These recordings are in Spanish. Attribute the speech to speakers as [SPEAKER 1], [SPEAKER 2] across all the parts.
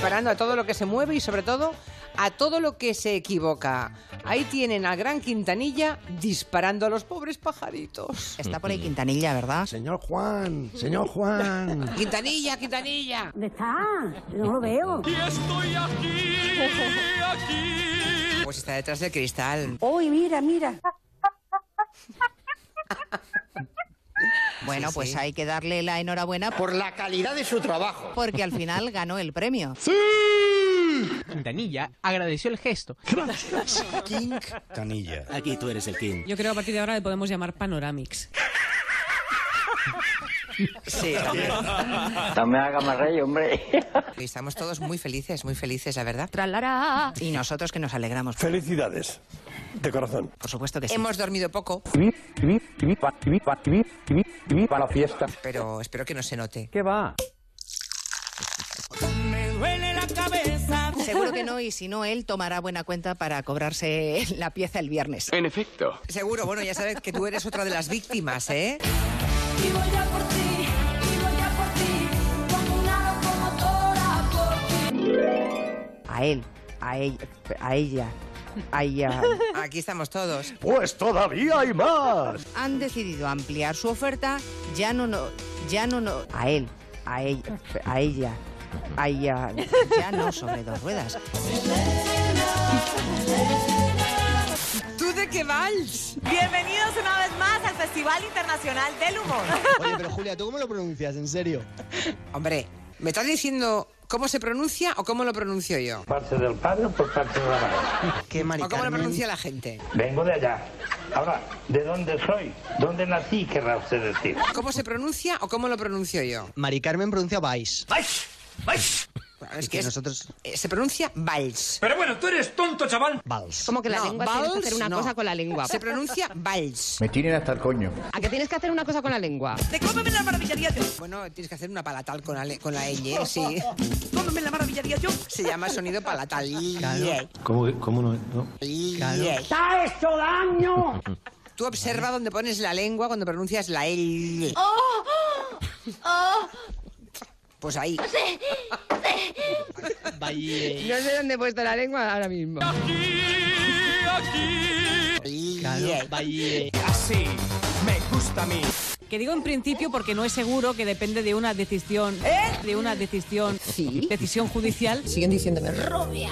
[SPEAKER 1] disparando a todo lo que se mueve y sobre todo a todo lo que se equivoca. Ahí tienen al gran Quintanilla disparando a los pobres pajaritos.
[SPEAKER 2] Está por ahí Quintanilla, ¿verdad?
[SPEAKER 3] Señor Juan, señor Juan.
[SPEAKER 1] Quintanilla, Quintanilla.
[SPEAKER 4] ¿Dónde está? No lo veo.
[SPEAKER 5] Y estoy aquí, aquí.
[SPEAKER 1] Pues está detrás del cristal.
[SPEAKER 4] Uy, mira, mira.
[SPEAKER 2] Bueno,
[SPEAKER 1] Sí,
[SPEAKER 2] pues
[SPEAKER 1] sí.
[SPEAKER 2] hay que darle la enhorabuena por-
[SPEAKER 3] Por la calidad de su trabajo.
[SPEAKER 2] porque al final ganó el premio.
[SPEAKER 6] Quintanilla agradeció el gesto.
[SPEAKER 3] King Canilla.
[SPEAKER 7] Aquí tú eres el king.
[SPEAKER 8] Yo creo que a partir de ahora le podemos llamar Panoramics.
[SPEAKER 1] Sí,
[SPEAKER 9] No me haga más rey, hombre.
[SPEAKER 1] estamos todos muy felices, muy felices, la verdad.
[SPEAKER 2] Tralará. Y nosotros que nos alegramos,
[SPEAKER 3] Felicidades. De corazón.
[SPEAKER 2] por supuesto que sí.
[SPEAKER 1] Hemos dormido poco,
[SPEAKER 7] Para la fiesta.
[SPEAKER 1] pero espero que no se note.
[SPEAKER 6] ¿Qué va?
[SPEAKER 2] Seguro que no, y si no, él tomará buena cuenta para cobrarse la pieza el viernes.
[SPEAKER 5] En efecto.
[SPEAKER 1] Seguro, bueno, ya sabes que tú eres otra de las víctimas, ¿eh?
[SPEAKER 4] Y voy a por ti, y voy a por ti, como una locomotora por ti.
[SPEAKER 2] A él, a ella, a ella, a ella.
[SPEAKER 1] Aquí estamos todos.
[SPEAKER 3] Pues todavía hay más.
[SPEAKER 2] Han decidido ampliar su oferta, ya no, no, ya no, no. A él, a ella, a ella, a ella. Ya no sobre dos ruedas.
[SPEAKER 1] ¿Tú de qué vals?
[SPEAKER 10] Bienvenidos una vez más al Festival Internacional del Humor.
[SPEAKER 7] Oye, pero Julia, ¿tú cómo lo pronuncias? En serio.
[SPEAKER 1] Hombre, ¿me estás diciendo cómo se pronuncia o cómo lo pronuncio yo?
[SPEAKER 9] Parte del padre o por parte de la madre.
[SPEAKER 7] Qué
[SPEAKER 1] ¿O cómo lo pronuncia la gente?
[SPEAKER 9] Vengo de allá. Ahora, ¿de dónde soy? ¿Dónde nací? Querrá usted decir.
[SPEAKER 1] ¿Cómo se pronuncia o cómo lo pronuncio yo?
[SPEAKER 7] Mari Carmen pronuncia Vice.
[SPEAKER 1] Es
[SPEAKER 7] que nosotros-
[SPEAKER 1] eh, se pronuncia vals.
[SPEAKER 5] Pero bueno, tú eres tonto, chaval.
[SPEAKER 7] Vals.
[SPEAKER 11] Como que la
[SPEAKER 1] No,
[SPEAKER 11] lengua tienes que
[SPEAKER 1] vals
[SPEAKER 11] hacer una
[SPEAKER 1] no.
[SPEAKER 11] cosa con la lengua.
[SPEAKER 1] Se pronuncia vals.
[SPEAKER 3] Me tienen hasta el coño.
[SPEAKER 11] ¿A que tienes que hacer una cosa con la lengua?
[SPEAKER 10] De cómeme la maravilla yo,
[SPEAKER 1] Bueno, tienes que hacer una palatal con la, le- con la ñ, sí.
[SPEAKER 10] cómeme la maravilla yo.
[SPEAKER 1] Se llama sonido palatal.
[SPEAKER 7] ¿Cómo, cómo no,
[SPEAKER 4] ¡Está hecho daño!
[SPEAKER 1] Tú observa dónde pones la lengua cuando pronuncias la L.
[SPEAKER 4] ¡Oh!
[SPEAKER 1] Pues ahí.
[SPEAKER 11] No sé dónde he puesto la lengua ahora mismo.
[SPEAKER 5] Así me gusta a mí.
[SPEAKER 8] Que digo en principio porque no es seguro que depende de una decisión.
[SPEAKER 10] ¿Eh?
[SPEAKER 8] De una decisión.
[SPEAKER 11] Sí.
[SPEAKER 8] Decisión judicial.
[SPEAKER 11] Siguen diciéndome rubia.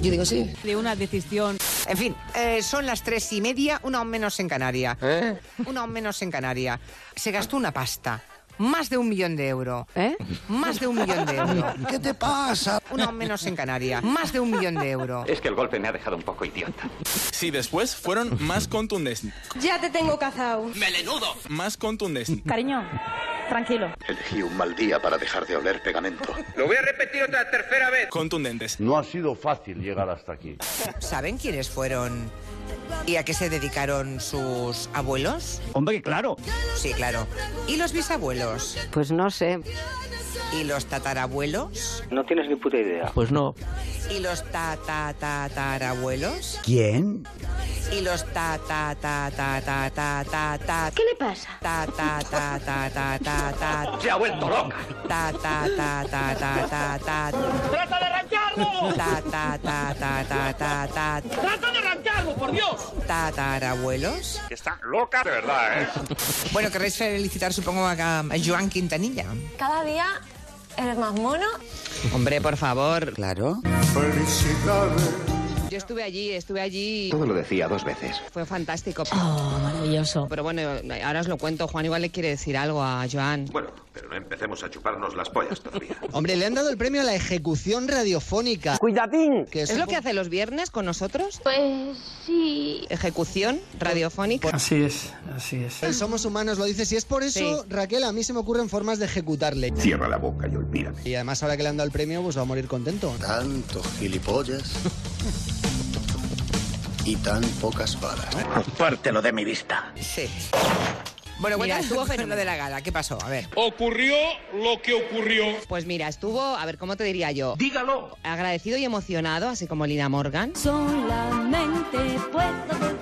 [SPEAKER 11] Yo digo sí.
[SPEAKER 8] De una decisión.
[SPEAKER 1] En fin, eh, son las tres y media, una o menos en Canaria.
[SPEAKER 11] ¿Eh?
[SPEAKER 1] Una o menos en Canaria. Se gastó una pasta. Más de un millón de euros.
[SPEAKER 11] ¿Eh?
[SPEAKER 1] Más de un millón de euros.
[SPEAKER 3] ¿Qué te pasa?
[SPEAKER 1] Una o menos en Canarias. Más de un millón de euros.
[SPEAKER 9] Es que el golpe me ha dejado un poco idiota.
[SPEAKER 5] Sí, después fueron más contundentes.
[SPEAKER 4] Ya te tengo cazado.
[SPEAKER 5] Más contundentes.
[SPEAKER 10] Cariño, tranquilo.
[SPEAKER 9] Elegí un mal día para dejar de oler pegamento.
[SPEAKER 5] Lo voy a repetir otra tercera vez. Contundentes.
[SPEAKER 3] No ha sido fácil llegar hasta aquí.
[SPEAKER 1] ¿Saben quiénes fueron y a qué se dedicaron sus abuelos?
[SPEAKER 7] Hombre, claro.
[SPEAKER 1] Sí, claro. ¿Y los bisabuelos?
[SPEAKER 11] Pues no sé.
[SPEAKER 1] ¿Y los tatarabuelos?
[SPEAKER 9] No tienes ni puta idea.
[SPEAKER 6] Pues no.
[SPEAKER 1] ¿Y los tatatarabuelos?
[SPEAKER 7] ¿Quién?
[SPEAKER 1] ¿Y los tatatatatatatatata?
[SPEAKER 4] ¿Qué le pasa?
[SPEAKER 1] Tatatatatatatatata?
[SPEAKER 9] ¡Se ha vuelto loca!
[SPEAKER 1] Tatatatatatatatata?
[SPEAKER 5] ¡Trata de arrancarlo!
[SPEAKER 1] Tatatatatatatatata?
[SPEAKER 5] ¡Trata de arrancarlo, por Dios!
[SPEAKER 1] tatarabuelos.
[SPEAKER 9] Que está loca de verdad, ¿eh?
[SPEAKER 1] Bueno, querréis felicitar, supongo, a a Joan Quintanilla.
[SPEAKER 10] Cada día eres más mono.
[SPEAKER 1] Hombre, por favor. Claro.
[SPEAKER 11] Yo estuve allí, estuve allí.
[SPEAKER 9] Todo lo decía dos veces.
[SPEAKER 11] Fue fantástico.
[SPEAKER 8] Oh, maravilloso.
[SPEAKER 11] Pero bueno, ahora os lo cuento. Juan igual le quiere decir algo a Joan.
[SPEAKER 9] Bueno, pero no empecemos a chuparnos las pollas todavía.
[SPEAKER 7] Hombre, le han dado el premio a la ejecución radiofónica.
[SPEAKER 1] ¡Cuidadín!
[SPEAKER 7] Que
[SPEAKER 11] ¿Es lo que hace los viernes con nosotros?
[SPEAKER 4] Pues sí.
[SPEAKER 11] Ejecución radiofónica.
[SPEAKER 6] Así es, así es.
[SPEAKER 7] El somos humanos lo dice. Si es por eso,
[SPEAKER 11] Sí.
[SPEAKER 7] Raquel, a mí se me ocurren formas de ejecutarle.
[SPEAKER 9] Cierra la boca y olvídate.
[SPEAKER 7] Y además, ahora que le han dado el premio, pues va a morir contento.
[SPEAKER 3] Tanto gilipollas. Y tan pocas balas.
[SPEAKER 9] Pártelo de mi vista.
[SPEAKER 1] Sí.
[SPEAKER 11] Mira,
[SPEAKER 1] Bueno, cuéntanos tu
[SPEAKER 11] estuvo
[SPEAKER 1] fenómeno
[SPEAKER 11] fenomenal.
[SPEAKER 1] de la gala. ¿Qué pasó? A ver.
[SPEAKER 5] Ocurrió lo que ocurrió.
[SPEAKER 11] Pues mira, estuvo, a ver, ¿cómo te diría yo?
[SPEAKER 5] Dígalo.
[SPEAKER 11] Agradecido y emocionado, así como Lina Morgan.
[SPEAKER 4] Solamente puedo decir.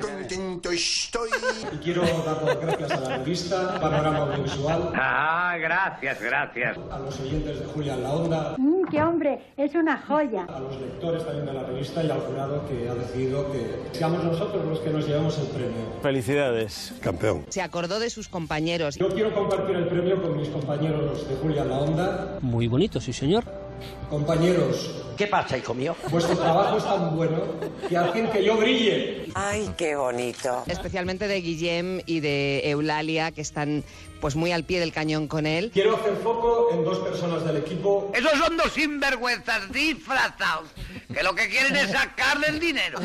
[SPEAKER 3] Contento
[SPEAKER 12] estoy...
[SPEAKER 7] Y quiero dar las gracias a la revista Panorama Audiovisual.
[SPEAKER 9] Ah, gracias, gracias.
[SPEAKER 7] A los oyentes de Julia en la Onda.
[SPEAKER 4] Mm, ¡Qué hombre! Es una joya.
[SPEAKER 7] A los lectores también de la revista y al jurado que ha decidido que seamos nosotros los que nos llevamos el premio.
[SPEAKER 3] Felicidades. Campeón.
[SPEAKER 1] Se acordó de sus compañeros.
[SPEAKER 7] Yo quiero compartir el premio con mis compañeros de Julia en la Onda.
[SPEAKER 13] Muy bonito, sí, señor.
[SPEAKER 7] Compañeros.
[SPEAKER 9] ¿Qué pasa, hijo mío?
[SPEAKER 7] Vuestro trabajo es tan bueno que hacen que yo brille.
[SPEAKER 1] Ay, qué bonito. Especialmente de Guillem y de Eulalia, que están pues muy al pie del cañón con él.
[SPEAKER 7] Quiero hacer foco en dos personas del equipo.
[SPEAKER 9] Esos son dos sinvergüenzas disfrazados que lo que quieren es sacarle el dinero.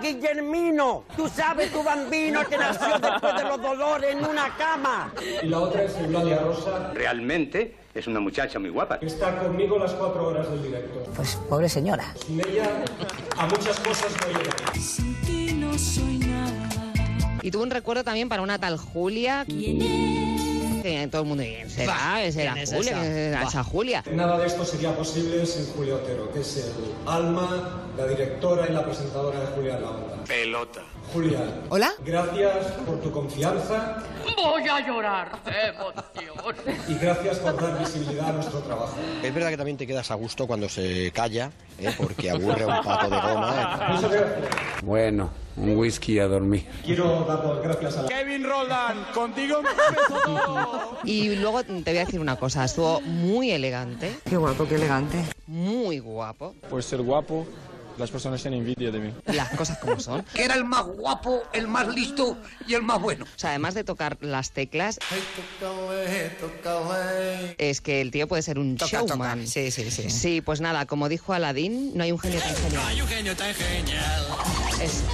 [SPEAKER 8] Guillermino, tú sabes tu bambino que nació después de los dolores en una cama.
[SPEAKER 7] Y la otra es Eulalia Rosa.
[SPEAKER 9] Realmente es una muchacha muy guapa.
[SPEAKER 7] que Está conmigo las cuatro horas del directo.
[SPEAKER 8] Pues pobre señora.
[SPEAKER 7] Sin ella, a muchas cosas no llega.
[SPEAKER 1] Y tuvo un recuerdo también para una tal Julia. Que todo el mundo dice, ¿será? ¿Será
[SPEAKER 7] ¿quién es
[SPEAKER 1] Julia?
[SPEAKER 7] esa?
[SPEAKER 1] ¿Quién es esa,
[SPEAKER 7] Buah.
[SPEAKER 1] esa Julia?
[SPEAKER 7] Nada de esto sería posible sin Julia Otero, que es el alma, la directora y la presentadora de Julia en la Onda. Pelota. Julia.
[SPEAKER 2] Hola.
[SPEAKER 7] Gracias por tu confianza
[SPEAKER 14] Voy a llorar de emoción.
[SPEAKER 7] y gracias por dar visibilidad a nuestro trabajo.
[SPEAKER 3] Es verdad que también te quedas a gusto cuando se calla, ¿eh? porque aburre un pato de goma. ¿eh?
[SPEAKER 7] Muchas gracias.
[SPEAKER 3] Bueno, un whisky a dormir.
[SPEAKER 7] Quiero dar las gracias a la...
[SPEAKER 15] Kevin Roldán, contigo
[SPEAKER 1] Y luego te voy a decir una cosa, estuvo muy elegante.
[SPEAKER 8] Qué guapo, qué elegante.
[SPEAKER 1] Muy guapo.
[SPEAKER 16] Por ser guapo, las personas tienen envidia de mí.
[SPEAKER 1] Las cosas como son.
[SPEAKER 9] Que era el más guapo, el más listo y el más bueno.
[SPEAKER 1] O sea, además de tocar las teclas,
[SPEAKER 7] eh,
[SPEAKER 1] es que el tío puede ser un
[SPEAKER 2] Toca, toca.
[SPEAKER 1] showman.
[SPEAKER 2] Sí, sí, sí.
[SPEAKER 1] Sí, pues nada, como dijo Aladín, no hay un genio tan genial.
[SPEAKER 14] un genio tan genial.
[SPEAKER 1] Es-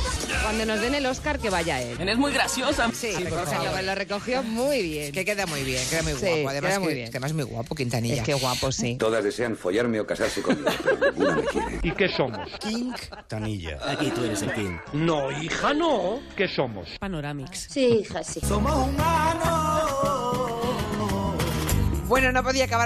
[SPEAKER 1] cuando nos den el Oscar, que vaya él.
[SPEAKER 2] Es muy graciosa. Sí,
[SPEAKER 1] Sí,
[SPEAKER 2] por
[SPEAKER 1] por favor.
[SPEAKER 2] favor.
[SPEAKER 1] Lo recogió muy bien.
[SPEAKER 2] Que queda muy bien, queda muy
[SPEAKER 1] Sí,
[SPEAKER 2] guapo. Además,
[SPEAKER 1] queda muy
[SPEAKER 2] que-
[SPEAKER 1] bien.
[SPEAKER 2] que además es muy guapo, Quintanilla.
[SPEAKER 1] Es que guapo, sí.
[SPEAKER 17] Todas desean follarme o casarse conmigo, pero ninguna me quiere. ¿Y qué somos? King Tanilla. Aquí tú eres el King. No, hija, no. ¿Qué somos?
[SPEAKER 18] Panoramix.
[SPEAKER 4] Sí, hija, sí. Somos humanos.
[SPEAKER 2] Bueno, no podía acabar.